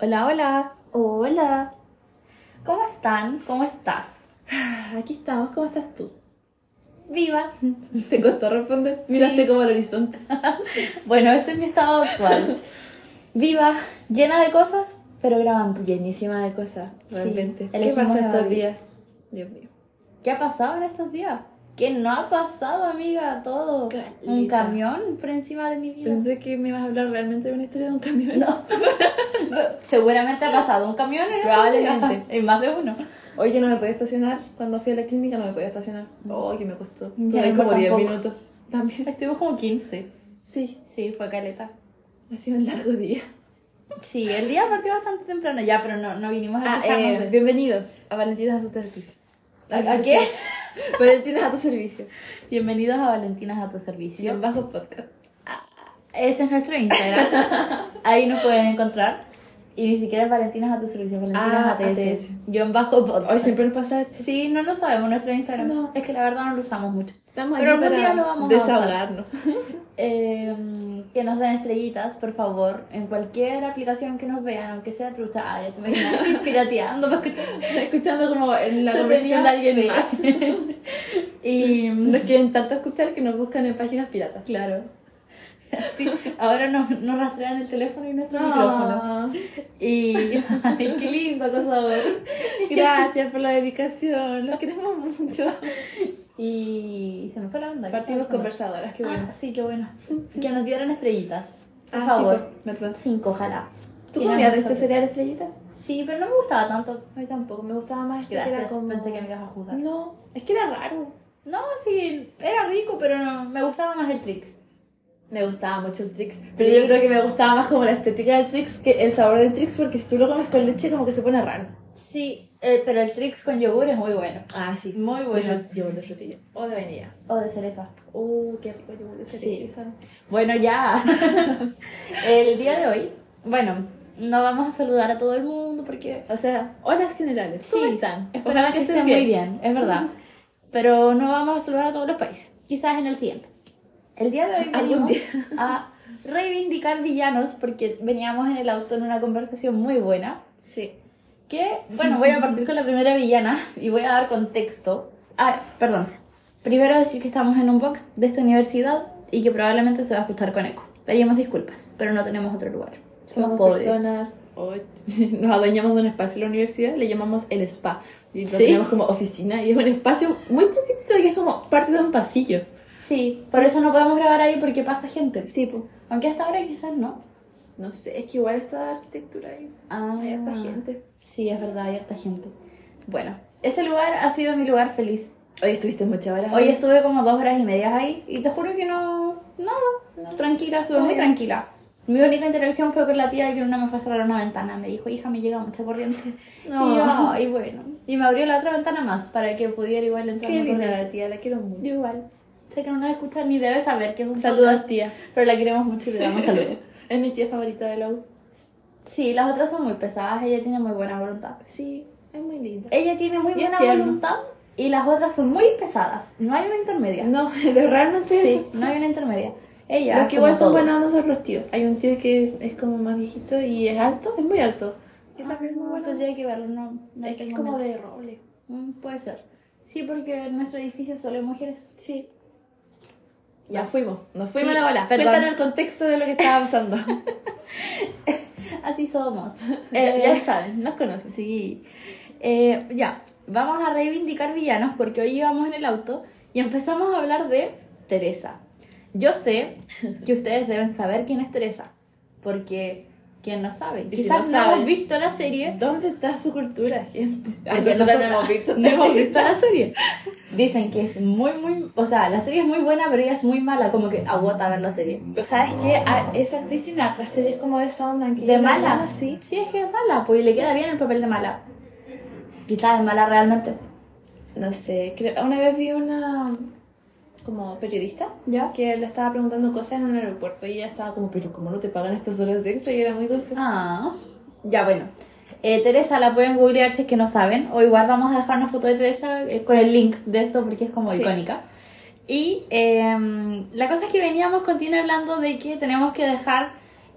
Hola, hola. Hola. ¿Cómo están? ¿Cómo estás? Ah, Aquí estamos, ¿cómo estás tú? Viva. ¿Te costó responder? Miraste como al horizonte. Bueno, ese es mi estado actual. Viva, llena de cosas, pero grabando. Llenísima de cosas, Sí, realmente. ¿Qué elegimos pasa estos evadir. días? Dios mío. ¿Qué ha pasado en estos días? ¿Qué no ha pasado, amiga? Todo. Caleta. Un camión por encima de mi vida. Pensé que me ibas a hablar realmente de una historia de un camión. No. Seguramente ha pasado un camión en estos Probablemente. días. En más de uno. Hoy yo no me podía estacionar. Cuando fui a la clínica no me podía estacionar. Oh, que me costó. Ya, Duré yo como 10 tampoco. minutos. También. Estuvimos como 15. Sí, Sí, fue caleta. ha sido un largo día. Sí, el día partió bastante temprano ya, pero no, no vinimos a Ah, quejarnos eh, de eso. bienvenidos a Valentinas a tu servicio. ¿A- a qué? Valentinas a tu servicio. Bienvenidos a Valentinas a tu servicio. Guión bajo podcast. Ese es nuestro Instagram. Ahí nos pueden encontrar. Y ni siquiera es Valentinas a tu servicio, Valentinas Ah, a TS. ATS. Guión bajo podcast. Hoy siempre nos pasa esto. Sí, no lo sabemos nuestro Instagram. No. Es que la verdad no lo usamos mucho. Estamos Pero aquí algún para día lo vamos a usar. desahogarnos. Eh, que nos den estrellitas, por favor, en cualquier aplicación que nos vean, aunque sea trucha. Ay, te imaginas, pirateando. porque- Estoy escuchando como en la Se conversación de tenía alguien fe. más. y Nos quieren tanto escuchar que nos buscan en páginas piratas. claro. Sí, ahora nos, nos rastrean el teléfono y nuestro micrófono. Ah, Y ay, qué lindo acosador. Gracias por la dedicación, los queremos mucho. Y se me fue la onda. ¿qué Partimos estaba conversadoras, qué diciendo? bueno. Ah, sí, qué bueno. Que nos dieran estrellitas. Por Ah, sí, favor. por- me transí. Cinco, ojalá. ¿Tú Que no comías de nos este sobre- cereal estrellitas? Sí, pero no me gustaba tanto. A mí tampoco, me gustaba más este que era Gracias. como... Pensé que me ibas a juzgar. No, es que era raro. No, sí, era rico, pero no, me gustaba más el Trix. Me gustaba mucho el Trix, pero yo creo que me gustaba más como la estética del Trix que el sabor del Trix, porque si tú lo comes con leche como que se pone raro. Sí, eh, pero el Trix con yogur es muy bueno. Ah, sí. Muy bueno. Bueno, yogur de frutilla. O de vainilla. O de cereza. Uh, qué rico yogur de Sí. cereza. Bueno, ya. el día de hoy, bueno, no vamos a saludar a todo el mundo porque O sea, horas generales. ¿Cómo están? Espero que estén muy bien, es verdad. Pero no vamos a saludar a todos los países. Quizás en el siguiente. El día de hoy Algún venimos a reivindicar villanos porque veníamos en el auto en una conversación muy buena. Sí. Que, bueno, voy a partir con la primera villana y voy a dar contexto. Ah, perdón. Primero decir que estamos en un box de esta universidad y que probablemente se va a escuchar con eco. Pedimos disculpas, pero no tenemos otro lugar. Somos, Somos pobres. personas, hoy nos adueñamos de un espacio en la universidad, le llamamos el spa. Y lo Sí. tenemos como oficina y es un espacio muy chiquitito que es como parte de un pasillo. Sí, por eso no podemos grabar ahí porque pasa gente. Sí, pues. Aunque hasta ahora quizás no. No sé, es que igual está la arquitectura ahí. Ah, Hay harta gente. Sí, es verdad, hay harta gente. Bueno, ese lugar ha sido mi lugar feliz. Hoy estuviste muchas horas. Hoy ahí. estuve como dos horas y media ahí y te juro que no. Nada, tranquila, estuve muy tranquila. Mi única interacción fue con la tía que en una me fue a cerrar una ventana. Me dijo, hija, me llega mucha corriente. No. Y yo, "Ay, bueno. Y me abrió la otra ventana más para que pudiera igual entrar. Qué más linda corriente. la tía, la quiero mucho. Yo igual. Sé que no nos escucha ni debe saber que es un podcast, Saludos, tía. Pero la queremos mucho y le damos saludos. Es mi tía favorita de la U. Sí, las otras son muy pesadas. Ella tiene muy buena voluntad. Sí, es muy linda. ella tiene muy Y es buena tierna. voluntad y las otras son muy pesadas. No hay una intermedia. No, de realmente eso. sí, no hay una intermedia. Ella. los que como igual son todo. buenos no son los tíos. Hay un tío que es como más viejito y es alto, es muy alto. Y Ah, también es muy no, bueno. Tendría que verlo, no. no Es que es tengo como mente. de roble. Mm, puede ser. Sí, porque en nuestro edificio solo hay mujeres. Sí. Ya fuimos, nos fuimos Sí, a la bola. perdón. Cuéntanos el contexto de lo que estaba pasando. Así somos. ya, ya Eh, saben, nos conocen. Sí. Eh, ya, vamos a reivindicar villanos porque hoy íbamos en el auto y empezamos a hablar de Teresa. Yo sé que ustedes deben saber quién es Teresa, porque quien no sabe, si quizás no no, saben, hemos visto la serie. ¿Dónde está su cultura, gente? Ah, porque Nosotros nosotras no hemos visto la serie. Dicen que es muy, muy. O sea, la serie es muy buena, pero ella es muy mala. Como que agota ver la serie. Pero ¿Sabes qué? Ah, esa actriz tiene hartas series como de esa onda. en que De ella mala. gana, Sí. Sí, es que es mala, pues y le queda bien el papel de mala. Quizás es mala realmente. No sé, creo, una vez vi una como periodista ¿Ya? que le estaba preguntando cosas en un aeropuerto y ella estaba como, pero ¿cómo no te pagan estas horas de extra? Y era muy dulce. Ah, ya bueno. Eh, Teresa la pueden googlear si es que no saben. O igual vamos a dejar una foto de Teresa eh, con el link de esto porque es como Sí. icónica. Y em, la cosa es que veníamos con Tina hablando de que tenemos que dejar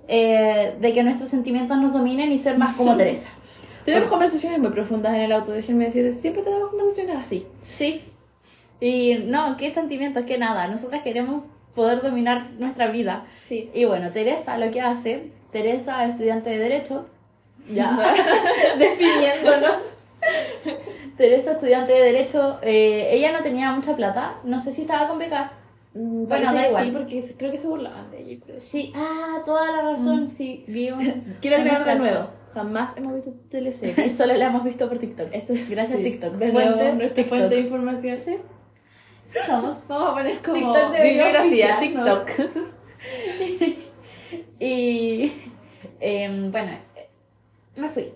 eh, de que nuestros sentimientos nos dominen y ser más como Teresa. Tenemos conversaciones muy profundas en el auto, déjenme decirles, siempre tenemos conversaciones así. Sí. Y no, qué sentimientos, qué nada. Nosotras queremos poder dominar nuestra vida. Sí. Y bueno, Teresa lo que hace, Teresa, estudiante de Derecho, ya definiéndonos. Teresa, estudiante de Derecho, eh, ella no tenía mucha plata, no sé si estaba con beca. Bueno, da igual. sí, Mm, porque se- creo que se burlaban de ella. pero sí. Sí, ah, toda la razón, sí, vimos. Quiero agregar de nuevo, jamás hemos visto esta teleserie. Y solo la hemos visto por TikTok. Esto es Gracias, sí, TikTok. de Fuente, nuevo, nuestra TikTok. fuente de información. Sí, somos. Vamos a poner como TikTok debería bibliografía, auspiciarnos. TikTok. Y em, bueno, eh, me fui.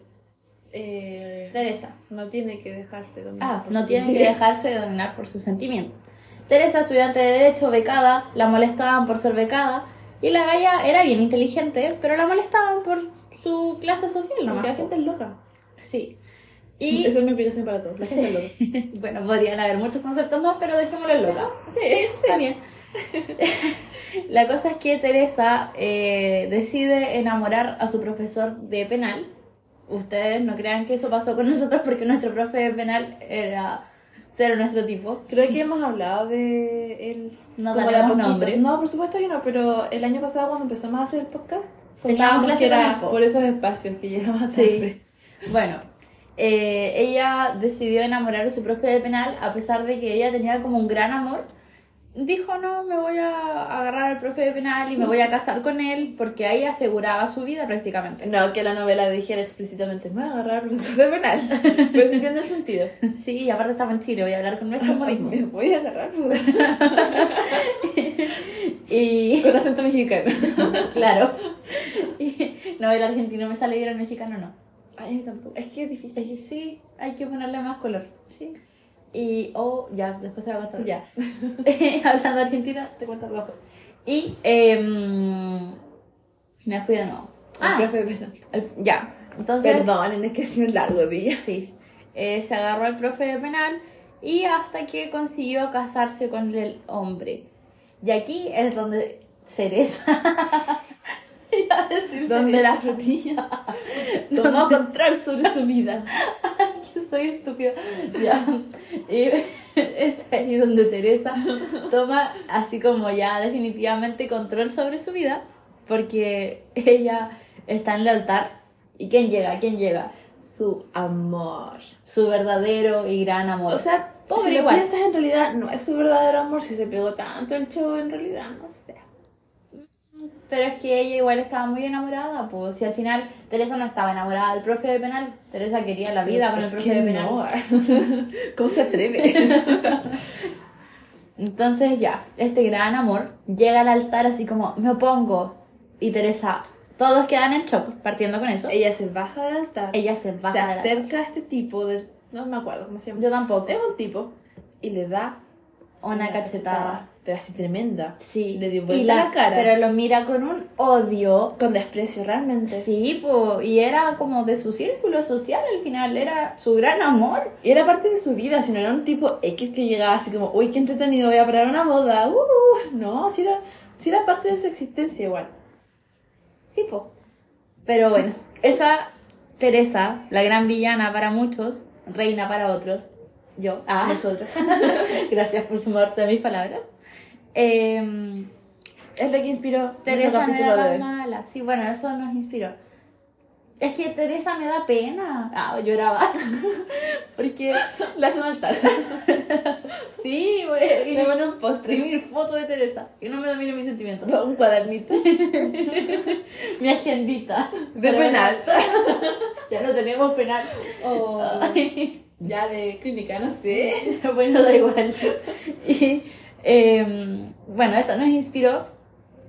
Eh, Teresa. no tiene que dejarse dominar. Ah, por no sus tienen que sentimientos. dejarse de dominar por sus sentimientos. Teresa, estudiante de Derecho, becada, la molestaban por ser becada. Y la galla era bien inteligente, pero la molestaban por su clase social nomás. Porque la gente es loca. Sí. Y Esa es mi explicación para todos. La gente es loca. bueno, podrían haber muchos conceptos más, pero dejémoslo en loca. Sí, Ah, está bien. La cosa es que Teresa eh, decide enamorar a su profesor de penal. Ustedes no crean que eso pasó con nosotros porque nuestro profe de penal era cero nuestro tipo. Creo que hemos hablado de él. No como de tenemos a poquitos. nombre. No, por supuesto que no, pero el año pasado cuando empezamos a hacer el podcast, Teníamos contábamos clase que con era el po. por esos espacios que llegaba Sí. siempre. Bueno, eh, ella decidió enamorar a su profe de penal a pesar de que ella tenía como un gran amor. Dijo, no, me voy a agarrar al profe de penal y me voy a casar con él porque ahí aseguraba su vida prácticamente. No, que la novela dijera explícitamente, me voy a agarrar al profesor de penal. Pero se entiende el sentido. Sí, y aparte estaba en Chile, voy a hablar con nuestros modismos. Me voy a agarrar Y con acento mexicano. claro, Y- no, el argentino me sale y el mexicano no. Ay, yo tampoco. Es que es difícil. Es que sí, hay que ponerle más color. Sí. Y, oh, ya, después te voy a contar. Ya. Hablando de Argentina, te cuento algo. Y em, me fui de nuevo. El Ah, profe de penal. el- ya. Entonces, Perdonen, es que ha sido un largo día. sí. eh, se agarró al profe de penal y hasta que consiguió casarse con el hombre. Y aquí es donde cereza. Iba a decir Donde cereza. la frutilla tomó control sobre su vida. que soy estúpida. Ya. Y es ahí donde Teresa toma así como ya definitivamente control sobre su vida, porque ella está en el altar y quién llega, quién llega, Su amor. su verdadero y gran amor. O sea, Pobre si lo igual. piensas en realidad, no es su verdadero amor si se pegó tanto el show en realidad, no sé. pero es que ella igual estaba muy enamorada, pues si al final Teresa no estaba enamorada del profe de penal, Teresa quería la vida con el profe de penal. ¿Cómo se atreve? Entonces ya, este gran amor llega al altar así como, me opongo. Y Teresa, todos quedan en shock, partiendo con eso. Ella se baja del altar. Ella se baja Se del altar. acerca a este tipo de. No me acuerdo cómo se llama. Yo tampoco. Es un tipo. Y le da Una cachetada. Pero así tremenda. Sí. Le dio Y vuelta la, cara. Pero lo mira con un odio. Con desprecio realmente. Sí, po, y era como de su círculo social al final, era su gran amor. Y era parte de su vida, si no era un tipo X que llegaba así como, uy, qué entretenido, voy a parar una boda. Uh, no, si era, sí era parte de su existencia igual. Sí, po. Pero bueno, esa Teresa, la gran villana para muchos, reina para otros, yo, ah. Nosotros. Gracias por sumarte a mis palabras. Eh, es lo que inspiró nuestro Teresa no capítulo era de tan hoy. mala. Sí, bueno, eso nos inspiró. Es que Teresa me da pena. Ah, lloraba. Porque La hacen altar. sí, güey. Le Y ponen un postre. Imprimir foto de Teresa. Que no me domine mis sentimientos. Un cuadernito. Mi agendita. De Pero penal. bueno, Ya no tenemos penal. Ay. Oh, ya de clínica, no sé. bueno, da igual. Y eh, bueno, eso nos inspiró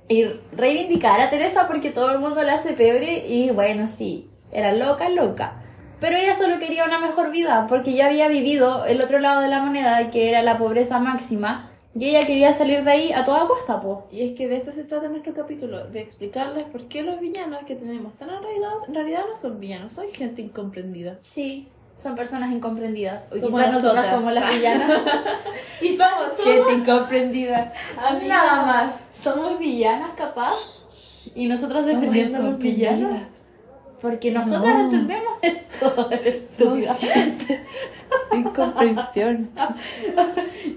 y reivindicar a Teresa porque todo el mundo la hace pebre y bueno, sí, era loca, loca. Pero ella solo quería una mejor vida porque ya había vivido el otro lado de la moneda que era la pobreza máxima y ella quería salir de ahí a toda costa, po. Y es que de esto se trata nuestro capítulo, de explicarles por qué los villanos que tenemos tan arraigados en realidad no son villanos, son gente incomprendida. Sí, son personas incomprendidas. O Como quizás nosotras nosotras. somos las villanas. quizás Gente incomprendida. Amiga, Nada más. ¿Somos villanas capaz? Y nosotras Somos defendiendo los incomprendidas. villanos. Porque nosotras No. entendemos esto. estúpida. Sin comprensión.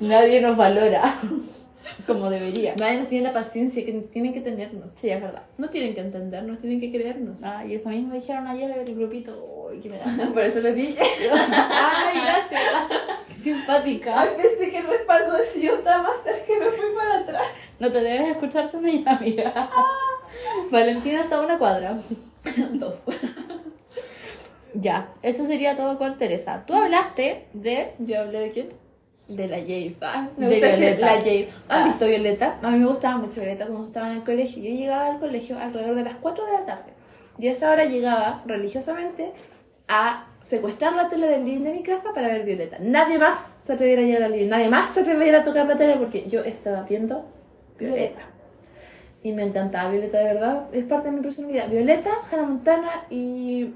Nadie nos valora como debería. Nadie nos tiene la paciencia que tienen que tenernos. Sí, es verdad. No tienen que entendernos, tienen que creernos. Ah, y eso mismo dijeron ayer en el grupito. Ay, que me da- Por eso les dije. Ay, gracias. Qué simpática. Pensé que el respaldo de sillón estaba más cerca que me fui para atrás. No te debes escucharte mi amiga. Valentina está a una cuadra. Dos. Ya, eso sería todo con Teresa. Tú hablaste de ¿Yo hablé de quién? De la Jade. Ah, me De gusta decir Violeta. la Jade. ¿Has Ah. visto Violeta? A mí me gustaba mucho Violeta cuando estaba en el colegio. Yo llegaba al colegio alrededor de las 4 de la tarde. Y a esa hora llegaba religiosamente a secuestrar la tele del living de mi casa para ver Violeta. Nadie más se atreviera a llegar al living. Nadie más se atreviera a tocar la tele porque yo estaba viendo Violeta. Y me encantaba Violeta, de verdad. Es parte de mi personalidad. Violeta, Hannah Montana y...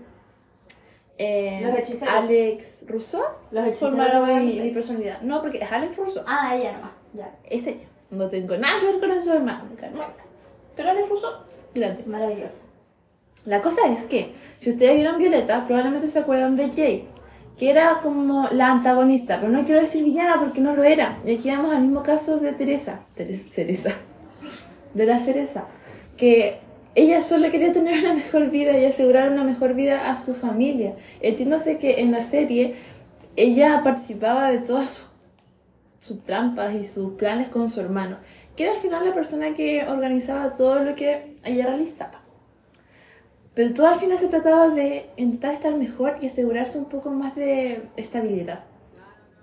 eh, Los hechiceros. Alex Rousseau Los hechiceros formaron mi, verdes. mi personalidad. No, porque es Alex Russo. Ah, ella nomás. Ya. Es ella. No tengo nada que ver con eso, hermano. no. Pero Alex Russo, grande. Maravilloso. La cosa es que, si ustedes vieron Violeta, probablemente se acuerdan de Jade, que era como la antagonista, pero no quiero decir villana porque no lo era. Y aquí vamos al mismo caso de Teresa. Teresa. Cereza. De la cereza. Que ella solo quería tener una mejor vida y asegurar una mejor vida a su familia. Entiéndase que en la serie ella participaba de todas sus sus trampas y sus planes con su hermano, que era al final la persona que organizaba todo lo que ella realizaba. Pero todo al final se trataba de intentar estar mejor y asegurarse un poco más de estabilidad.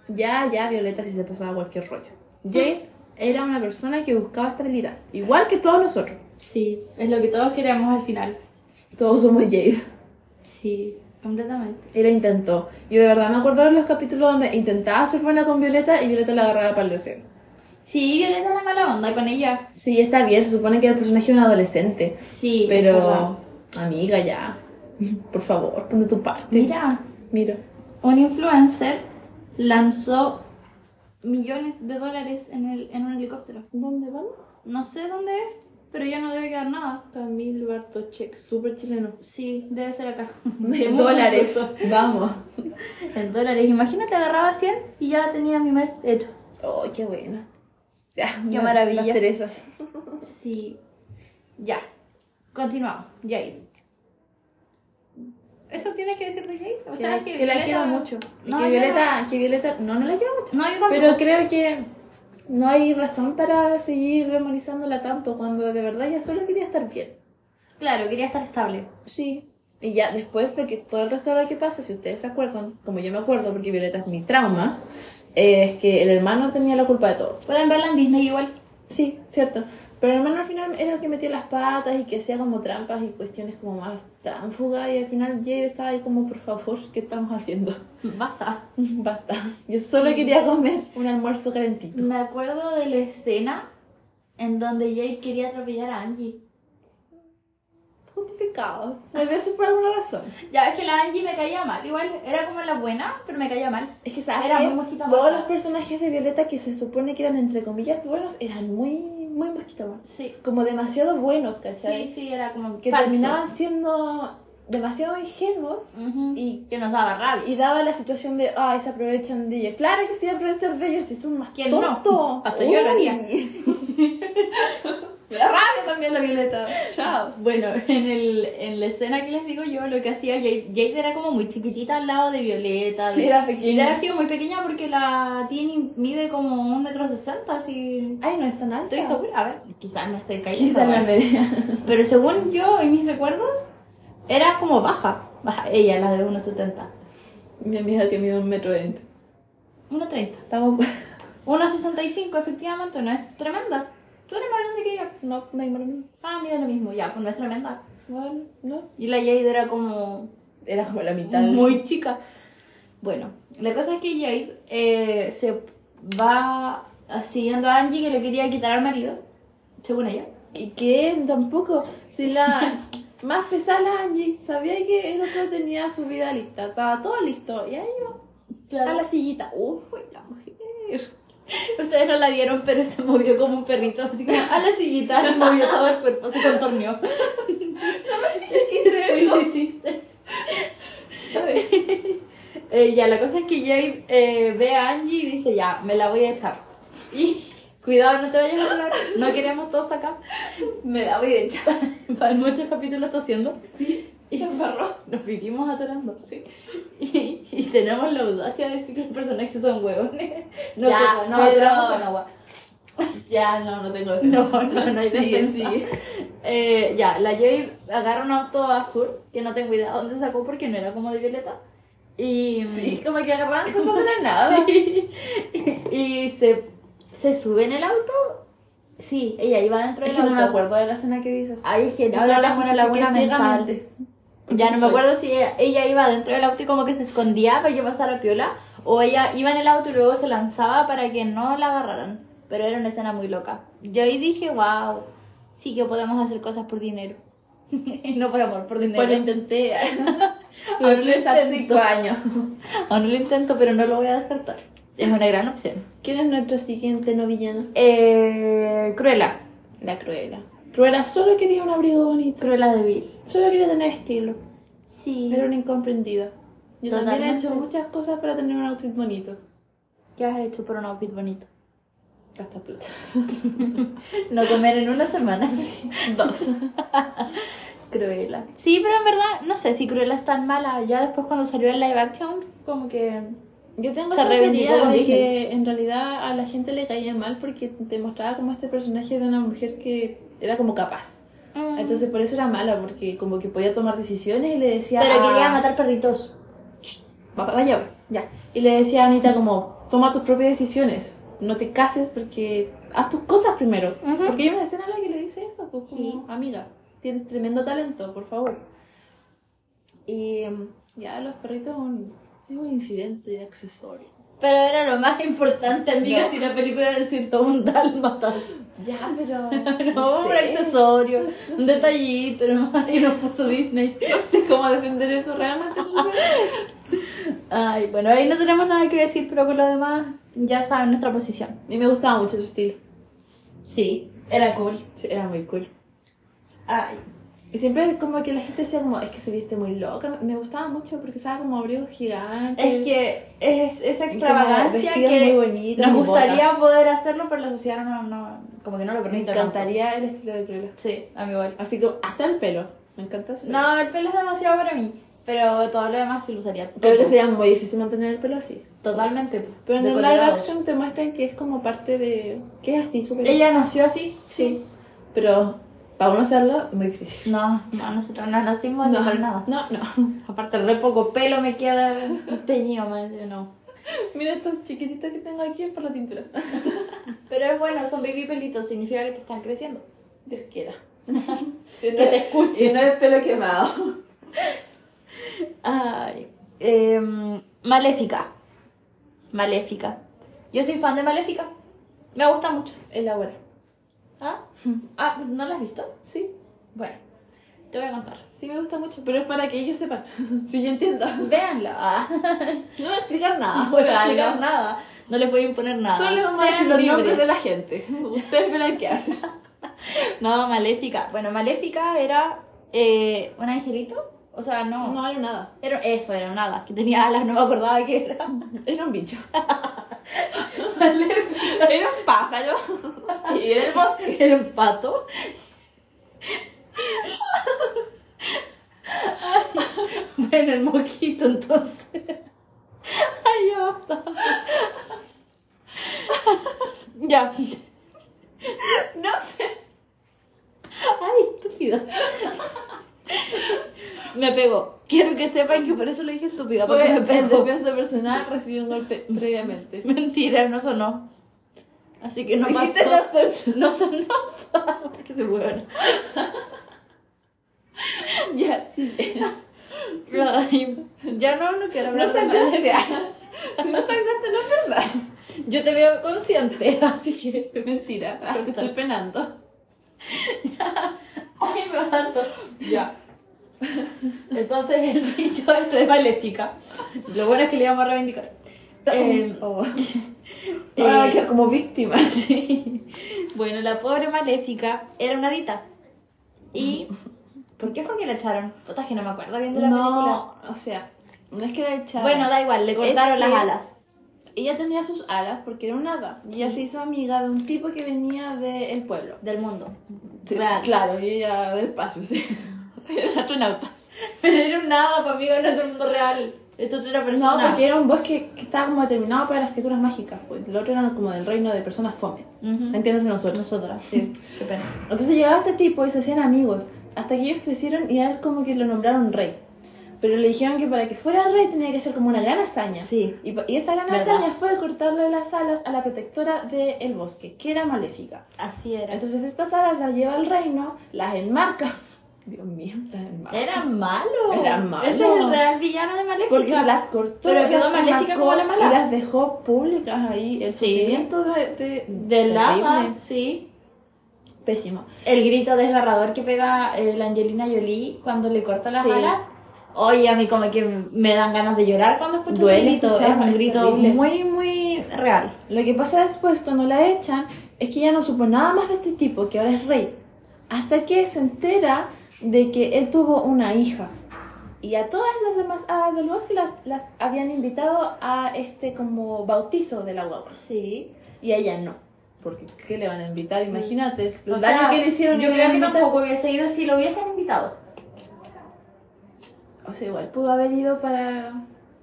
Ya, ya, Violeta si se pasaba cualquier rollo. Jade era una persona que buscaba estabilidad, igual que todos nosotros. Sí, es lo que todos queremos al final. Todos somos Jade. Sí, completamente. Y lo intentó. Yo de verdad me acuerdo de los capítulos donde intentaba ser buena con Violeta y Violeta la agarraba para el deseo. Sí, Violeta la mala onda con ella. Sí, está bien, se supone que era el personaje de un adolescente. Sí, es verdad. Pero, amiga, ya. Por favor, pon de tu parte. Mira, Mira. un influencer lanzó millones de dólares en, el, en un helicóptero. ¿Dónde van? No sé dónde es, pero ya no debe quedar nada. Camil Bartochek, súper chileno. Sí, debe ser acá. En dólares. Vamos. En dólares. Imagínate, agarraba 100 y ya tenía mi mes hecho. Oh, qué bueno. Ya, Qué la- maravilla. Las Teresas. Sí. Ya. Continuamos. Jade. ¿Eso tienes que decir de Jade? O sea, que, que, la Violeta- quiero mucho. Y No, que yo- Violeta, que Violeta, no, no la quiero mucho. No, yo tampoco. Pero creo que no hay razón para seguir demonizándola tanto cuando de verdad ya solo quería estar bien. Claro, quería estar estable. Sí. Y ya después de que todo el resto de lo que pasa, si ustedes se acuerdan, como yo me acuerdo porque Violeta es mi trauma, eh, es que el hermano tenía la culpa de todo. Pueden verla en Disney igual. Sí, cierto. Pero el hermano al final era el que metía las patas y que hacía como trampas y cuestiones como más tránfugas y al final Jade estaba ahí como, por favor, ¿qué estamos haciendo? Basta. Basta. Yo solo quería comer un almuerzo calentito. Me acuerdo de la escena en donde Jade quería atropellar a Angie. Justificado. Debe ser por alguna razón. Ya, es que la Angie me caía mal. Igual era como la buena, pero me caía mal. Es que sabes Era qué? muy mosquita todos muerta. los personajes de Violeta que se supone que eran entre comillas buenos eran muy muy mosquita muerta. Sí. Como demasiado buenos, Sí, ¿cachai? sí, era como Que falso. terminaban siendo demasiado ingenuos Ujú. y, que nos daba rabia. y daba la situación de, ay, se aprovechan de ellos. Claro que sí aprovechan de ellos si son más ¿Quién no? tontos. Hasta yo lo haría. Uy. Me da rabia también la Violeta. Chao. Bueno, en, el, en la escena que les digo yo, lo que hacía Jade, Jade era como muy chiquitita al lado de Violeta. Sí, de- era pequeña. Y era sido muy pequeña porque la tiene mide como un metro sesenta, así. Ay, no es tan alta. Estoy segura. A ver, quizás me estoy cayendo. ¿eh? Quizás la media. Pero según yo y mis recuerdos, era como baja. Baja ella, la de 1,70. Mi amiga que mide un metro veinte. 1,30. Estamos... 1,65, efectivamente, no es tremenda. Tú eres más grande que yo. No, me demoró. Ah, mide lo mismo, ya, pues no es tremenda. Bueno, no. Y la Jade era como Era como la mitad. muy chica. Bueno, la cosa es que Jade eh, se va siguiendo a Angie que le quería quitar al marido, según ella. ¿Y qué? Tampoco. Si la más pesada la Angie, sabía que el otro tenía su vida Uh, lista, estaba todo listo. Y ahí iba a la sillita. Uy, la mujer. Ustedes no la vieron, pero se movió como un perrito, así como a la sillita, se movió todo el cuerpo, se contorneó. Sí, lo hiciste. A ver. Eh, ya, la cosa es que Jade eh, ve a Angie y dice, ya, me la voy a echar. Y cuidado, no te vayas a hablar, no queremos tos acá. Me la voy a echar. Van muchos capítulos tosiendo. Sí. Y Nos agarró. nos vivimos atorando. Y, y tenemos la audacia de decir que los personajes son huevones. No, Ya, sé, no, pero- atoramos con agua. Ya, no, no tengo No, no, no hay Sigue, defensa. sigue. Eh, ya, la Jade agarra un auto azul, que no tengo idea dónde sacó porque no era como de Violeta. Y, mm, Sí, como que agarraban cosas para nada. Sí. Y se, se sube en el auto. Sí, ella iba dentro Es del que no auto. me acuerdo de la escena que dices. Ay, es que Yo ahora solo tengo una justifiqué laguna mental. ciegamente. Porque Ya sí no me soy. acuerdo si ella, ella iba dentro del auto y como que se escondía para que pasara piola, o ella iba en el auto y luego se lanzaba para que no la agarraran. Pero era una escena muy loca. Yo ahí dije, wow, sí que podemos hacer cosas por dinero. no por amor, por dinero. Pues lo intenté. Aún lo Tuve esas intento. cinco años. Aún lo intento, pero no lo voy a descartar. Es una gran opción. ¿Quién es nuestro siguiente no villano? Eh, Cruella. La Cruella. Cruella solo quería un abrigo bonito. Cruella de Vil. Solo quería tener estilo. Sí. Era una incomprendida. Yo también he Totalmente. hecho muchas cosas para tener un outfit bonito. ¿Qué has hecho por un outfit bonito? Gastar plata. No comer en una semana. Dos. Cruella. Sí, pero en verdad, no sé si Cruella es tan mala. Ya después cuando salió el live action, como que... Yo tengo Se esa reivindicó teoría con de Disney. que en realidad a la gente le caía mal porque te mostraba como este personaje de una mujer que era como capaz. Entonces, Entonces por eso era mala, porque como que podía tomar decisiones y le decía... pero a- quería matar perritos. Va para allá. Ya. Y le decía a Anita como, toma tus propias decisiones, no te cases porque haz tus cosas primero. Ujú. Porque hay una escena en la que le dice eso, pues como, Sí. amiga, tienes tremendo talento, por favor. Y em, ya los perritos es un, es un incidente de accesorio. Pero era lo más importante, amiga, Ya. si la película era el 101 dálmatas. Ya, pero... No, un sé. accesorio, un detallito nomás que nos puso Disney. No sé cómo defender eso realmente. no sé. Ay, bueno, ahí no tenemos nada que decir, pero con lo demás ya saben nuestra posición. A mí me gustaba mucho su estilo. Sí, era cool. Sí, Era muy cool. Ay, Y siempre es como que la gente decía como, es que se viste muy loca. Me gustaba mucho porque usaba como abrigos gigantes. Es que es esa como extravagancia vestidos que muy bonitos, nos muy gustaría botas. poder hacerlo, pero la sociedad no, no como que no lo Me permite. encantaría el estilo de Cruella. tanto. Sí, a mí igual. Así que hasta el pelo. Me encanta su pelo. No, el pelo es demasiado para mí, pero todo lo demás sí lo usaría. Creo que sería muy difícil mantener el pelo así. Totalmente. Pero en de el live colorado. action te muestran que es como parte de... que es así, súper... Ella nació así. Sí. Pero para uno hacerlo, muy difícil. No, a nosotros no nacimos así No, para nada. no, no. Aparte, re poco pelo me queda teñido, más no. Mira estos chiquititos que tengo aquí por la tintura. Pero es bueno, son baby pelitos, significa que te están creciendo. Dios quiera. Que te escuche. Y no es pelo quemado. Ay. Eh, Maléfica. Maléfica. Yo soy fan de Maléfica. Me gusta mucho. Elabora. ¿Ah? ah, ¿no la has visto? Sí, Bueno, te voy a contar. sí me gusta mucho, pero es para que ellos sepan. Si yo entiendo. Véanla. Ah, No voy a explicar nada. No voy a Algo. explicar nada. No les voy a imponer nada. Solo Sean más los nombres libres. de la gente. Ustedes verán qué hacen. No, Maléfica. Bueno, Maléfica era eh, un angelito. O sea, no. No vale nada. Era, eso era nada. Que tenía alas, no me acordaba que era. Era un bicho. Maléfica. Era un pájaro. Y era el bosque. Era un pato. bueno, el mosquito entonces. Ay, ya basta. ya. No sé. Ay, estúpida. Me pegó. Quiero que sepan que por eso le dije estúpida, porque Fue me en pegó. defensa personal recibió un golpe previamente. Mentira, no sonó. Así que no Dijiste pasó. No sonó. porque se huevona. Ya, sí. Ay, Ya no, no quiero No hablar de sangraste. Maléfica. No sangraste, no es verdad. Yo te veo consciente, así que. Mentira. Ah, Te estoy penando. Ay, me mato. Ya. Entonces el bicho este de Maléfica. Lo bueno es que le íbamos a reivindicar. Eh, Oh. Ahora va a Eh, quedar como víctima, Sí. Bueno, la pobre maléfica era una dita. Y. ¿Por qué fue que la echaron? Puta, es que no me acuerdo bien de la película. No, o sea, no es que la echaron. Bueno, da igual, le cortaron que- las alas. ella tenía sus alas porque era un hada. Y ella se hizo amiga de un tipo que venía del pueblo. Del mundo. Claro, y ella del paso, sí. Era astronauta. Pero era un nada, para mí, no es el mundo real. Esto era persona. No, porque era un bosque que estaba como determinado para las criaturas mágicas. Pues el otro era como del reino de personas fome. Ujú. Entiéndase nosotros. Nosotras, sí. Qué pena. Entonces llegaba este tipo y se hacían amigos. Hasta que ellos crecieron y a él como que lo nombraron rey. Pero le dijeron que para que fuera rey tenía que ser como una gran hazaña. Sí. Y, pa- y esa gran ¿Verdad? hazaña fue cortarle las alas a la protectora del bosque, que era maléfica. Así era. Entonces estas alas las lleva al reino, las enmarca. Dios mío, las enmarca. era malo. Era malo. Ese es el real villano de Maléfica. Porque se las cortó, Pero quedó las maléfica enmarcó como la mala. Y las dejó públicas ahí. El Sí. sufrimiento de, de, Del hada, terrible. sí. Pésimo. El grito desgarrador que pega eh, la Angelina Jolie cuando le corta las Sí. alas. Oye, a mí como que me dan ganas de llorar cuando escucho Duele ese grito. escuchar, Es un es grito terrible. muy, muy real. Lo que pasa después, cuando la echan, es que ya no supo nada más de este tipo, que ahora es rey. Hasta que se entera de que él tuvo una hija. Y a todas las demás hadas del bosque las, las habían invitado a este como bautizo de la guagua. Sí. Y a ella no. Porque, ¿qué le van a invitar? Imagínate. O el sea, daño que le hicieron. yo le creo van a que invitar. tampoco hubiese ido si lo hubiesen invitado. O sea, igual pudo haber ido para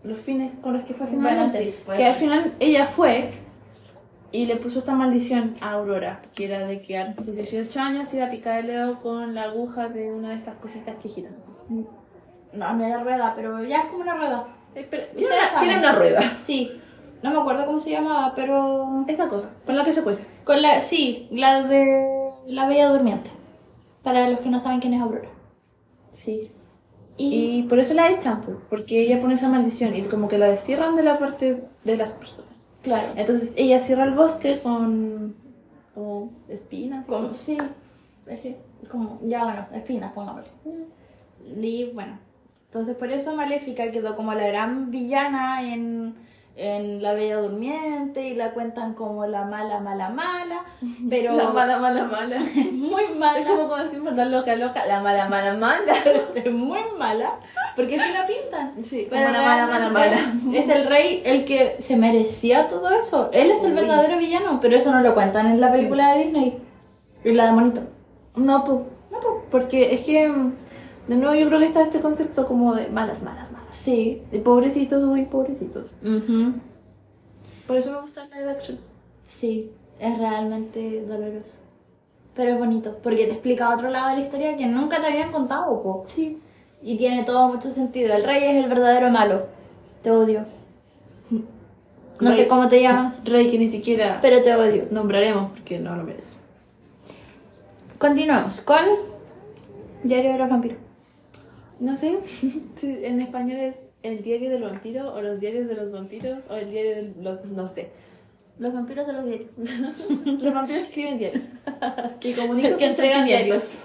los fines con los que fue Bueno, finalmente. sí, puede que al ser. final ella fue y le puso esta maldición a Aurora, que era de que a sus 18 años iba a picar el dedo con la aguja de una de estas cositas que giran. No, no era rueda, pero ya es como una rueda. Eh, pero Ustedes tiene, una, saben. tiene una rueda. Sí. No me acuerdo cómo se llamaba, pero... Esa cosa, con la que se cuece. Con la... Sí, la de... La Bella Durmiente. Para los que no saben quién es Aurora. Sí. Y por eso la echan, por- porque ella pone esa maldición y como que la destierran de la parte de las personas. claro. Entonces ella cierra el bosque con como espinas. y Como, cosas. sí, es que, como, ya bueno, espinas, pongámosle. Y bueno, entonces por eso Maléfica quedó como la gran villana en, en La Bella Durmiente y la cuentan como la mala, mala, mala, pero La mala, mala, mala. muy Es mala, como cuando decimos la loca, loca, la mala, mala, mala. es muy mala, porque así la pintan. Sí, Pero como la mala, mala, realmente Es el rey el que se merecía todo eso. Él es el Uy. verdadero villano, pero eso no lo cuentan en la película de Disney. Y la de Monito. No, po. no, po, porque es que, mm, de nuevo, yo creo que está este concepto como de malas, malas, malas. Sí. De pobrecitos, uy, pobrecitos. mhm Por eso me gusta la live action. Sí, es realmente doloroso. Pero es bonito, porque te explica otro lado de la historia que nunca te habían contado, po. Sí. Y tiene todo mucho sentido. El rey es el verdadero malo. Te odio. No sé Rey. cómo te llamas, Rey que ni siquiera pero te odio. nombraremos porque no lo merece. Continuamos con Diario de los Vampiros. No sé si en español es el diario del vampiro o los diarios de los vampiros o el diario de los. no sé. Los vampiros de los diarios. Los vampiros escriben diarios. Que comunican Que sus entregan sentimientos.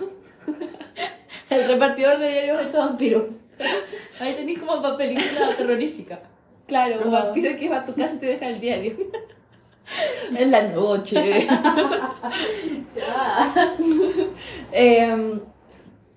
El repartidor de diarios hecho vampiro. Ahí tenéis como para película terrorífica. Claro, Wow. un vampiro que va a tu casa y te deja el diario. en la noche. Em,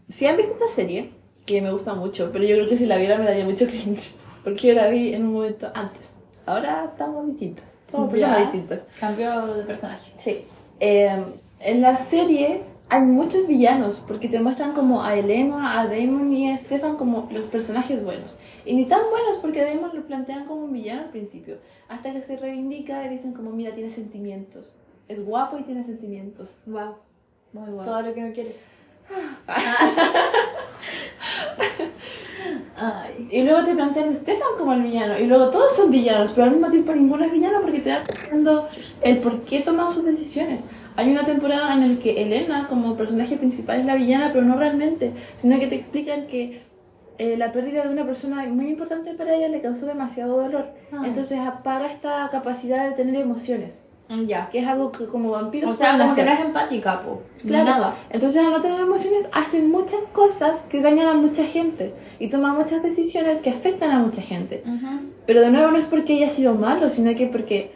si han visto esta serie, que me gusta mucho, pero yo creo que si la viera me daría mucho cringe. Porque yo la vi en un momento antes. Ahora estamos distintas. Somos personas Ya. distintas. Cambio de personaje. Sí. Em, en la serie hay muchos villanos, porque te muestran como a Elena, a Damon y a Stefan como los personajes buenos. Y ni tan buenos porque a Damon lo plantean como un villano al principio, hasta que se reivindica y dicen como, mira, tiene sentimientos. Es guapo y tiene sentimientos. Wow. Muy Todo lo que no quiere. Ay. Y luego te plantean a Stefan como el villano, y luego todos son villanos, pero al mismo tiempo ninguno es villano porque te van diciendo el por qué toman sus decisiones. Hay una temporada en la que Elena, como personaje principal, es la villana, pero no realmente, sino que te explican que eh, la pérdida de una persona muy importante para ella le causó demasiado dolor. Ah. Entonces apaga esta capacidad de tener emociones, Ya. que es algo que como vampiros O sea, pueden como que hacer. no es empática, po. Claro. Nada. Entonces, al no tener emociones, hacen muchas cosas que dañan a mucha gente y toman muchas decisiones que afectan a mucha gente. Pero de nuevo, no es porque haya sido malo, sino que porque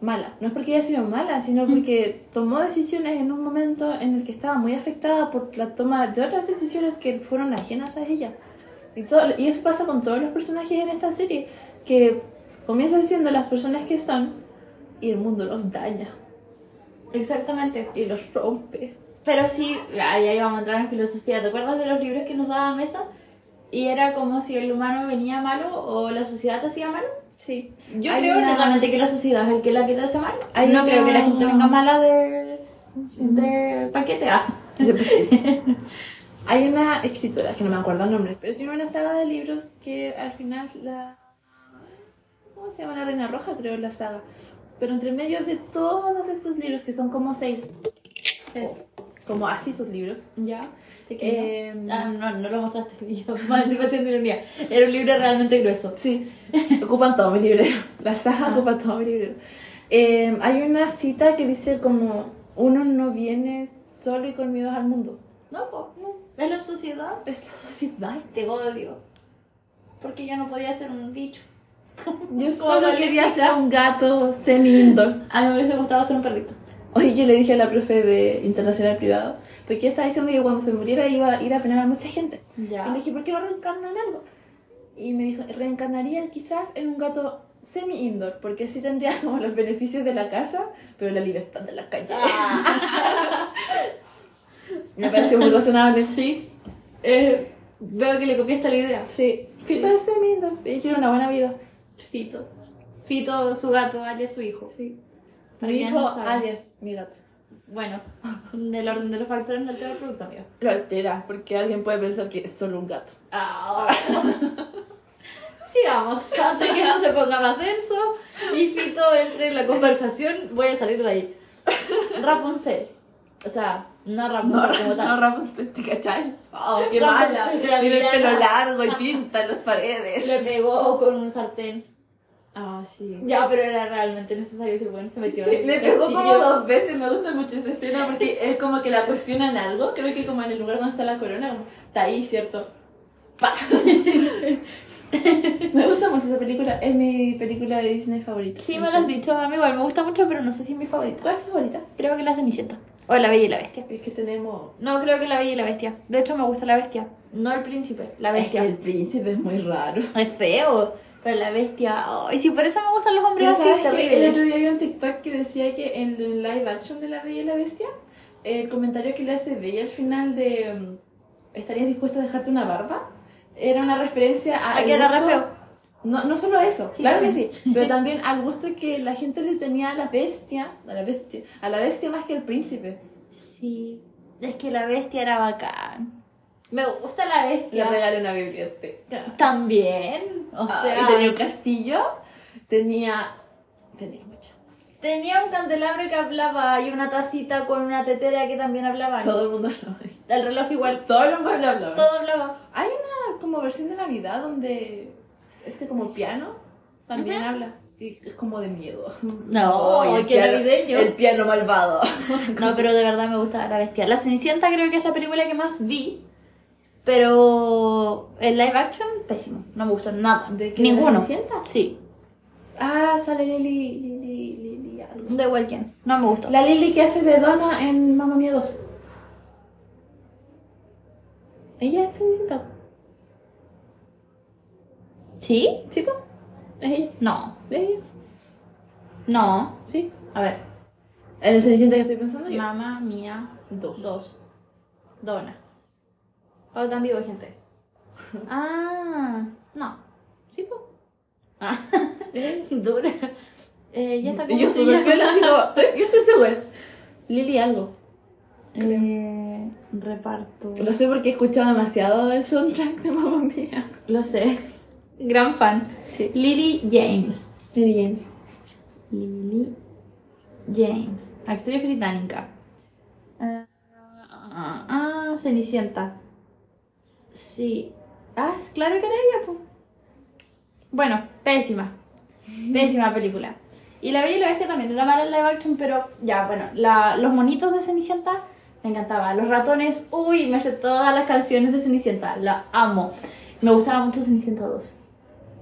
mala. No es porque haya sido mala, sino Hmm. porque tomó decisiones en un momento en el que estaba muy afectada por la toma de otras decisiones que fueron ajenas a ella. Y, todo, y eso pasa con todos los personajes en esta serie, que comienzan siendo las personas que son y el mundo los daña Exactamente. y los rompe. Pero sí, ya, ya íbamos a entrar en filosofía. ¿Te acuerdas de los libros que nos daba Mesa? Y era como si el humano venía malo o la sociedad te hacía malo. Sí. Yo Hay creo una- netamente que la sociedad es el que la que te hace mal. Hay no una- creo que la gente venga mala de, de paquete ah. A. Hay una escritora, que no me acuerdo el nombre, pero tiene una saga de libros que al final la... ¿Cómo se llama? La Reina Roja, creo, la saga. Pero entre medio de todos estos libros, que son como seis, Eso. como así tus libros, Ya. Te quiero. eh, Ah, no, no lo mostraste. Yo más estoy haciendo ironía. Era un libro realmente grueso. Sí, ocupan todo mi librero. La saga Ah. ocupa todo mi librero. Eh, hay una cita que dice como, uno no viene solo y con miedo al mundo. No, po, no. Es la sociedad. Es la sociedad. Te odio. Porque yo no podía ser un bicho. Yo Como solo la quería Leticia. ser un gato semi-indoor. A mí me hubiese gustado ser un perrito. Hoy yo le dije a la profe de internacional privado, porque ella estaba diciendo que cuando se muriera iba a ir a penar a mucha gente. Y Ya. le dije, ¿por qué no reencarna en algo? Y me dijo, reencarnaría quizás en un gato semi-indoor, porque así tendría como los beneficios de la casa, pero la libertad de la calle. Ah. Me pareció muy razonable. Sí. Eh, veo que le copiaste la idea. Sí. Fito es semi-indoor, y quiero una buena vida. Fito. Fito, su gato, alias su hijo. Sí. Para Mi quienes hijo, no saben. alias, mi gato. Bueno, del orden de los factores no altera el producto, amigo. Lo altera, porque alguien puede pensar que es solo un gato. Ah. Sigamos, antes que esto se ponga más denso y Fito entre en la conversación, voy a salir de ahí. Rapunzel. O sea, no Rapunzel como tal. Rapunzel, ¿te cachai? Oh, qué mala. Tiene el pelo largo y pinta las paredes. Le pegó con un sartén. Ah, sí. Ya, pero era realmente necesario ese weón se metió. en el Le pegó como castillo. dos veces, me gusta mucho esa escena porque es como que la cuestionan algo, creo que como en el lugar donde está la corona, como, está ahí, ¿cierto? Pa. me gusta mucho esa película, es mi película de Disney favorita. Sí, me lo has dicho, a mí igual me gusta mucho, pero no sé si es mi favorita. ¿Cuál es tu favorita? Creo que la Cenicienta. O la Bella y la Bestia. Es que tenemos... No, creo que la Bella y la Bestia. De hecho, me gusta la Bestia. No el príncipe, la Es que Bestia. el príncipe es muy raro. Es feo, pero la Bestia. Ay, sí, por eso me gustan los hombres Pero así, ¿sabes qué? el terrible. otro día vi un TikTok que decía que en el live action de La Bella y la Bestia, el comentario que le hace Bella al final de mm, ¿estarías dispuesta a dejarte una barba? Era una referencia a... ¿A el que era re gusto- feo? No, no solo eso, Sí, claro que sí, también. pero también al gusto que la gente le tenía a la bestia, a la bestia, a la bestia más que al príncipe. Sí, es que la Bestia era bacán. Me gusta la Bestia. regalé una biblioteca. Ah, También. O sea, y tenía un castillo, tenía... tenía muchas cosas. tenía un candelabro que hablaba y una tacita con una tetera que también hablaba. Todo el mundo lo... El reloj igual. Todo el mundo lo hablaba. Todo hablaba. Hay una como versión de Navidad donde este como piano también Ujú. habla. Y es como de miedo. No, oh, Ay, qué navideño. El piano malvado. No, pero de verdad me gusta La Bestia. La Cenicienta creo que es la película que más vi, pero el live action, pésimo. No me gustó nada. ¿De qué? Ninguno. ¿La Cenicienta? Sí. Ah, sale Lili, Lili, Lili, algo. De igual quién. No me gustó. La Lili que hace de Donna en Mamma Mía 2. Ella es Cenicienta. ¿Sí? ¿Sí, po? Es ella. No. Es ella. No. Sí. A ver. En el Cenicienta que estoy pensando yo. Mamá mía. Dos. Dos. Dona. Oh, tan vivo, gente. Ah, no. Sí, po. Ah, Dura. Eh, ya está Y yo se súper llama? feliz, así como, "Estoy- Yo estoy segura. Lili algo. Eh, reparto. Lo sé porque he escuchado demasiado el soundtrack de Mamma Mía. Lo sé. Gran fan. Sí. Lily James. Lily James. Lily James. Actriz británica. Ah, ah, ah, Cenicienta. Sí. Ah, es claro que era ella, po. Bueno, pésima. Pésima película. Y la Bella y la Bestia también era mala en live action, pero ya, bueno, la- los monitos de Cenicienta me encantaban. Los ratones, uy, me sé todas las canciones de Cenicienta, la amo. Me gustaba mucho Cenicienta 2.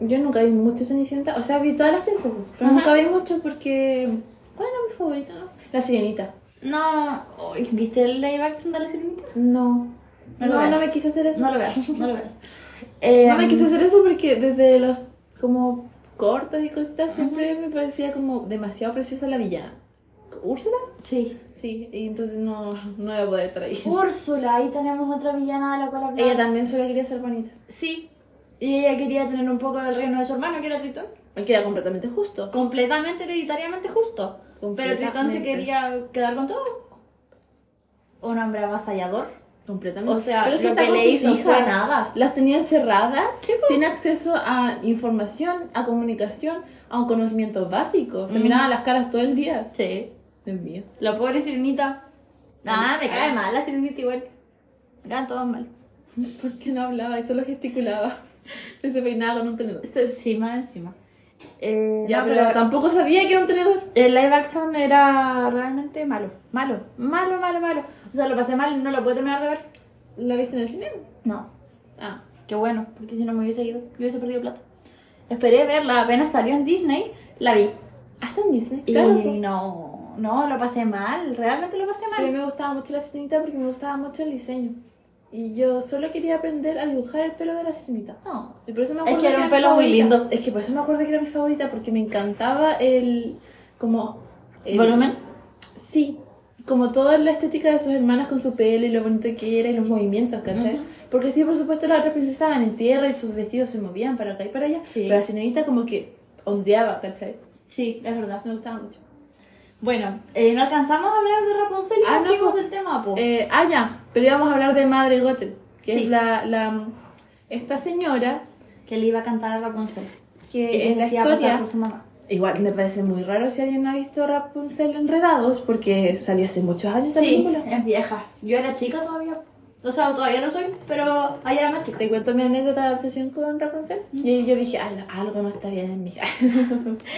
Yo nunca vi mucho Cenicienta. O sea, vi todas las princesas, pero Ajá. nunca vi mucho porque ¿Cuál era mi favorita? No? La sirenita. No, ay, ¿viste el live action de la sirenita? No. No No, lo no, veas. me quise hacer eso. No lo veas, no lo veas. No me Em, quise hacer eso porque desde los como cortos y cositas siempre me parecía como demasiado preciosa la villana. ¿Úrsula? Sí. Sí, y entonces no, no voy a poder estar ahí. Úrsula, ahí tenemos otra villana de la cual hablar. Ella también solo quería ser bonita. Sí. Y ella quería tener un poco del reino de su hermano, que era Tritón. Que era completamente justo. Completamente hereditariamente justo. Pero Tritón se Completamente. quería quedar con todo. Un hombre avasallador. Completamente. O sea, Pero si lo está que con le sus hizo fue hijas, nada. Las tenía encerradas, Sí, po. sin acceso a información, a comunicación, a un conocimiento básico. Se Mm. miraban las caras todo el día. Sí. Dios mío. La pobre sirenita. Nada, me cae Ah. mal la sirenita igual. Me caen todas mal. ¿Por qué no hablaba y solo gesticulaba? Y se peinaba con un tenedor. Es encima, encima. Eh, Ya, no, pero, tampoco sabía que era un tenedor. El live action era realmente malo. Malo, malo, malo, malo. O sea, lo pasé mal y no lo pude terminar de ver. ¿La viste en el cine? No. Ah. Qué bueno, porque si no me hubiese ido, yo hubiese perdido plata. Esperé verla, apenas salió en Disney, la vi. Hasta en Disney. Y Claro. pues. po. no, no, lo pasé mal, realmente lo pasé A mí mal. me gustaba mucho la sirenita porque me gustaba mucho el diseño. Y yo solo quería aprender a dibujar el pelo de la sirenita. No. Y por eso me Es acuerdo que era que un mi pelo muy favorita. lindo. Es que por eso me acuerdo que era mi favorita, porque me encantaba el. como. el- ¿Volumen? Sí. Como toda la estética de sus hermanas con su pelo y lo bonito que era y los movimientos, ¿cachai? Ujú. Porque sí, por supuesto, las otras princesas estaban en tierra y sus vestidos se movían para acá y para allá. Sí. Pero la sirenita como que ondeaba, ¿cachai? Sí, es verdad. Me gustaba mucho. Bueno, eh, no alcanzamos a hablar de Rapunzel y Ah, nos no, fuimos po. del tema, pues. po. Eh, ah, ya. Pero íbamos a hablar de Madre Gothel, que Oh. Sí. es la, la. esta señora Que le iba a cantar a Rapunzel. que, Y que Eh, es se la hacía pasar historia. por su mamá. Igual me parece muy raro si alguien ha visto Rapunzel enredados porque salió hace muchos años esa Sí, película. es vieja. Yo era chica todavía. O sea, todavía no soy, pero ahí era más chica. Te cuento mi anécdota de obsesión con Rapunzel. Yo, yo dije, "Ay, no, algo no está bien en mí.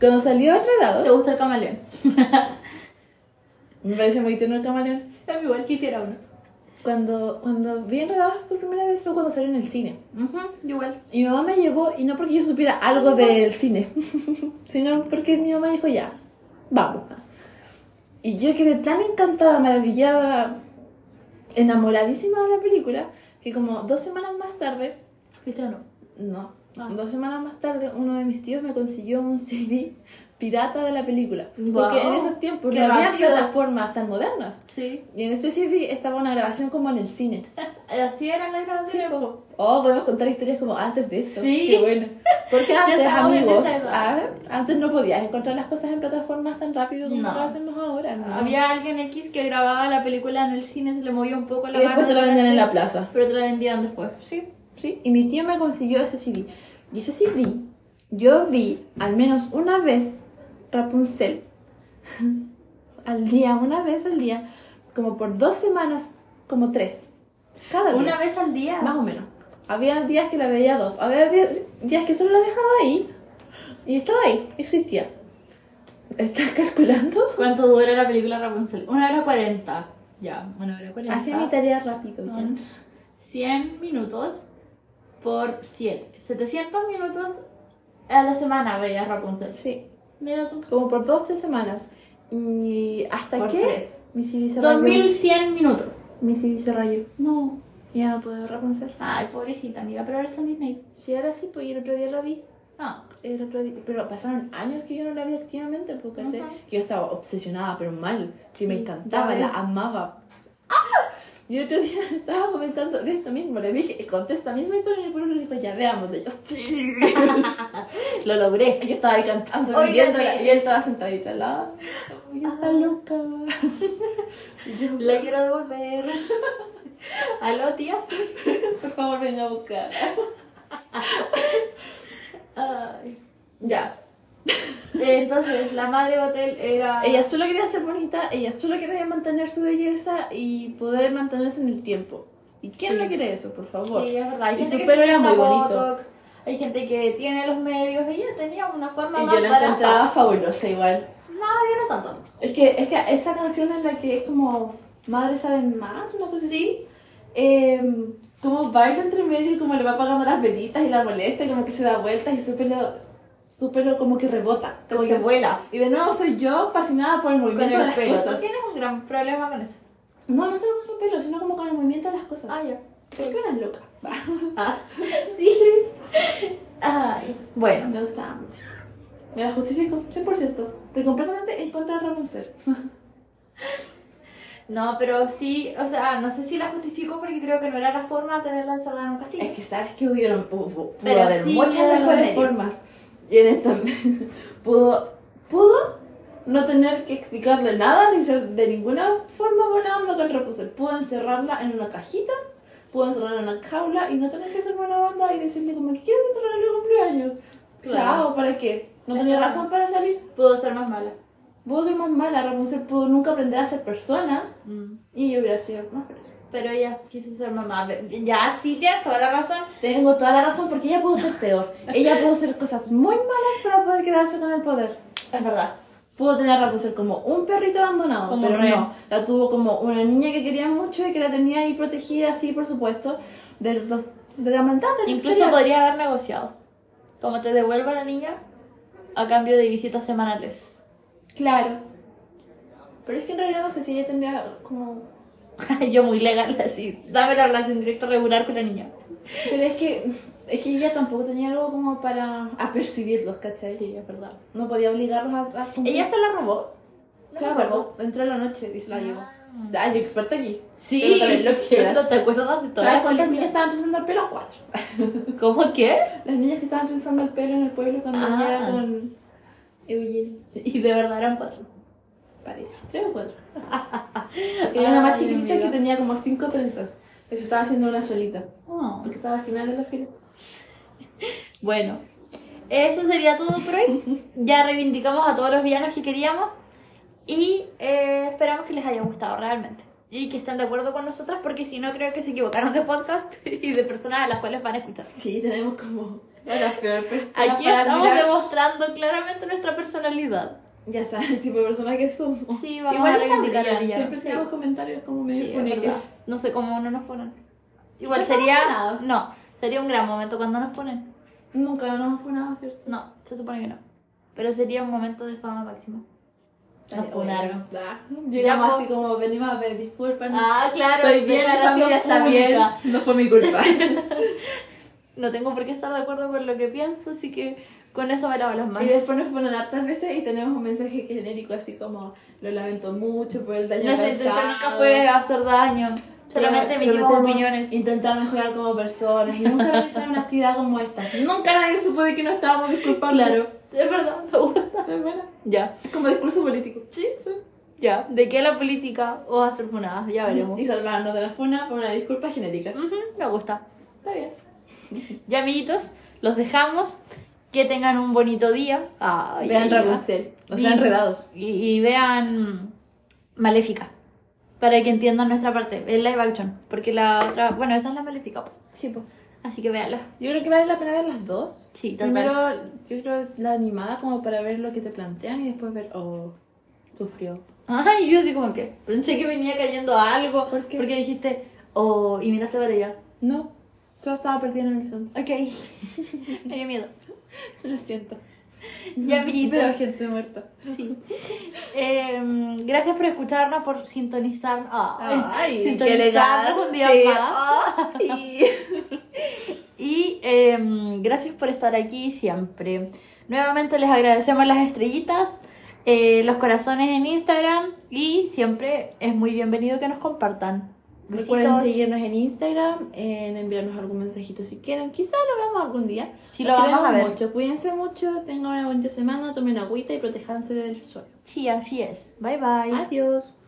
Cuando salió ¿Te enredados, gusta el camaleón? me parece muy tierno el camaleón. A mí igual quisiera uno. Cuando, cuando vi enredados por primera vez fue cuando salió en el cine. Ujú, igual. Y mi mamá me llevó, y no porque yo supiera algo del cine, sino porque mi mamá dijo ya, vamos. Y yo quedé tan encantada, maravillada, enamoradísima de la película, que como dos semanas más tarde, ¿Viste o no? no, Ah. dos semanas más tarde, uno de mis tíos me consiguió un CD pirata de la película. Guau. Porque en esos tiempos Qué no había rápido. plataformas tan modernas. Sí. Y en este CD estaba una grabación como en el cine. Así era la grabación. po. Oh, podemos contar historias como antes de esto. Sí. Qué bueno. Porque antes, estábamos en amigos, esa edad. ah, antes no podías encontrar las cosas en plataformas tan rápido como No. lo hacemos ahora. ¿no? Había alguien X que grababa la película en el cine, se le movía un poco la y después te lo vendían en la plata plaza. Pero te la vendían después. Sí. Sí. Y mi tío me consiguió ese CD. Y ese CD, yo vi al menos una vez Rapunzel al día, una vez al día, como por dos semanas, como tres. Cada día. Una vez al día. Más o menos. Había días que la veía dos. Había vi- días que solo la dejaba ahí. Y estaba ahí. Existía. ¿Estás calculando? ¿Cuánto dura la película Rapunzel? Una hora cuarenta. Ya, una hora cuarenta. Hacía mi tarea rápido. ya. Son 100 minutos por 7. 700 minutos a la semana veía Rapunzel. Sí. Mira tú. Como por dos, tres semanas. ¿Y hasta Por qué? tres. Mi CD se rayó. 2100 minutos. Mi CD se rayó. No. Ya no puedo reconocer. Ay, pobrecita amiga, pero ahora está en Disney. Sí, ahora sí, pues y el otro día la vi. Ah, El otro día- Pero pasaron años que yo no la vi activamente porque Ajá. yo estaba obsesionada, pero mal. Que me Sí, encantaba, ya la ves. amaba. ¡Ah! Y el otro día estaba comentando de esto mismo. Le dije, conté esta misma historia y el pueblo dijo, ya veamos. Y yo, sí. lo logré. Yo estaba ahí cantando, Oye, Ah. viviéndola, ve. y él estaba sentadito al lado. Oye, está loca. Y yo, La quiero devolver. Aló, tía, sí. Por favor, venga a buscar. Ay. ya. Entonces, la madre hotel era. Ella solo quería ser bonita, ella solo quería mantener su belleza y poder mantenerse en el tiempo. ¿Y quién Sí. no quiere eso, por favor? Sí, es verdad. Hay Y gente su que pelo se era pinta muy bonito. botox, Hay gente que tiene los medios. Ella tenía una forma Y más yo la barata. encontraba fabulosa igual. No, yo no tanto. Es que, es que esa canción en la que es como Madres saben más, una cosa así. em, como baila entre medio y como le va apagando las velitas y la molesta y como que se da vueltas y su pelo su pelo como que rebota. Como que vuela. Y de nuevo soy yo fascinada por el Con movimiento de el las pelo. Tú cosas. tienes un gran problema con eso. No, no solo con su pelo, sino como con el movimiento de las cosas. Ah, ya. ¿Por qué eres loca? Sí. Ay. Ah, Bueno. Me gustaba mucho. Me la justifico, 100%. Estoy completamente en contra de Ramoncer. No, pero sí, o sea, no sé si la justifico porque creo que no era la forma de tenerla encerrada en un castillo. Es que sabes que hubieron, pu- pu- pudo Pero haber sí, muchas era mejores remedio. formas. Y en esta pudo, pudo no tener que explicarle nada ni ser de ninguna forma buena onda con Rapunzel. Pudo encerrarla en una cajita, pudo encerrarla en una jaula y no tener que ser buena onda y decirle como que quiero enterrarle cumpleaños. Claro. Chao, ¿para qué? No tenía Claro. razón para salir. Pudo ser más mala. Pudo ser más mala, Rapunzel pudo nunca aprender a ser persona y yo hubiera sido más feliz. Mm. Pero ella quiso ser mamá. Ya, sí, tienes toda la razón. Tengo toda la razón porque ella pudo ser peor. Ella pudo hacer cosas muy malas para poder quedarse con el poder. Es verdad. Pudo tener a Rapunzel como un perrito abandonado, Como pero rehén. no. La tuvo como una niña que quería mucho y que la tenía ahí protegida, sí, por supuesto, de, los, de la maldad del Incluso exterior. podría haber negociado. Como te devuelvo a la niña a cambio de visitas semanales. Claro. Pero es que en realidad no sé si ella tendría como... Yo muy legal, así. Dame la relación directa regular con la niña. Pero es que, es que ella tampoco tenía algo como para apercibirlos, ¿cachai? Sí, es verdad. No podía obligarlos a... a cumplir. Ella se la robó. No me Claro, acuerdo. entró la noche y se la llevó. Ah. Ah, yo experta aquí. Sí, Pero también lo quieras. ¿No te acuerdas de todas ¿Sabes las cuántas niñas películas? estaban trenzando el pelo? Cuatro. ¿Cómo qué? Las niñas que estaban trenzando el pelo en el pueblo cuando Ah. ella con Eugene, Y de verdad eran cuatro. parece. Tres o cuatro. Porque había una Ay, más chiquitita amiga. que tenía como cinco trenzas. Pero Yo estaba haciendo una solita. Oh. Porque estaba al final de la fila. Bueno, eso sería todo por hoy. Ya reivindicamos a todos los villanos que queríamos y eh, esperamos que les haya gustado realmente y que estén de acuerdo con nosotras porque si no creo que se equivocaron de podcast y de personas a las cuales van a escuchar. Sí, tenemos como a las peor personas. Aquí para estamos admirar. demostrando claramente nuestra personalidad. Ya sabes, el tipo de persona que somos. Sí, vamos Igual a es reivindicar Adrián, al villano, Siempre sí. tenemos comentarios como medio Sí, es funiques. verdad. No sé cómo no nos ponen. Igual Quizás sería... estamos No, sería un gran momento cuando nos ponen. Nunca nos han funado, ¿cierto? No, se supone que no. Pero sería un momento de fama máxima. Nos Ay, funaron. bueno, da. Llegamos Ya, así como, venimos a ver, disculpen. Ah, claro, Estoy bien, la declaración familia está bien. pública. No fue mi culpa. No tengo por qué estar de acuerdo con lo que pienso, así que con eso me lavo las y manos. después nos ponen hartas veces y tenemos un mensaje genérico así como lo lamento mucho por el daño Nuestra causado. intención nunca fue hacer daño, Pero solamente emitimos prometemos opiniones. Intentar mejorar como personas y nunca realizar una actividad como esta. Nunca nadie supo de que nos estábamos disculpando. Claro, es verdad, me gusta. Es bueno. Ya, Es como discurso político. sí, sí. Ya, ¿de qué la política o hacer funadas? Ya veremos. Y salvarnos de la funa por una disculpa genérica. Ujú, me gusta. Está bien. Ya, amiguitos, los dejamos. Que tengan un bonito día. Ay, Vean ay, ay. Rapunzel. O Y- sea, enredados. Y, y vean Maléfica. Para que entiendan nuestra parte. El live action. Porque la otra. Bueno, esa es la Maléfica. pues. Sí, pues. Así que véanla. Yo creo que vale la pena ver las dos. Sí, total. Primero, yo creo la animada como para ver lo que te plantean y después ver, oh, sufrió. Ay, yo así como que pensé que venía cayendo algo. ¿Por qué? Porque dijiste, oh, y miraste para allá. No, yo estaba perdida en el horizonte. Ok. Me dio miedo. Lo siento. Ya, Veo amiguitos. gente muerta. Sí. Em, gracias por escucharnos, por sintonizar. Ay, sintonizarnos qué un día elegante. Ah. más. Y em, gracias por estar aquí siempre. Nuevamente les agradecemos las estrellitas, eh, los corazones en Instagram y siempre es muy bienvenido que nos compartan. Recuerden Besitos. seguirnos en Instagram, en enviarnos algún mensajito si quieren. Quizá lo veamos algún día. Sí, Los lo vamos queremos a ver. Mucho. Cuídense mucho, tengan una bonita semana, tomen agüita y protéjanse del sol. Sí, así es. Bye bye. Adiós.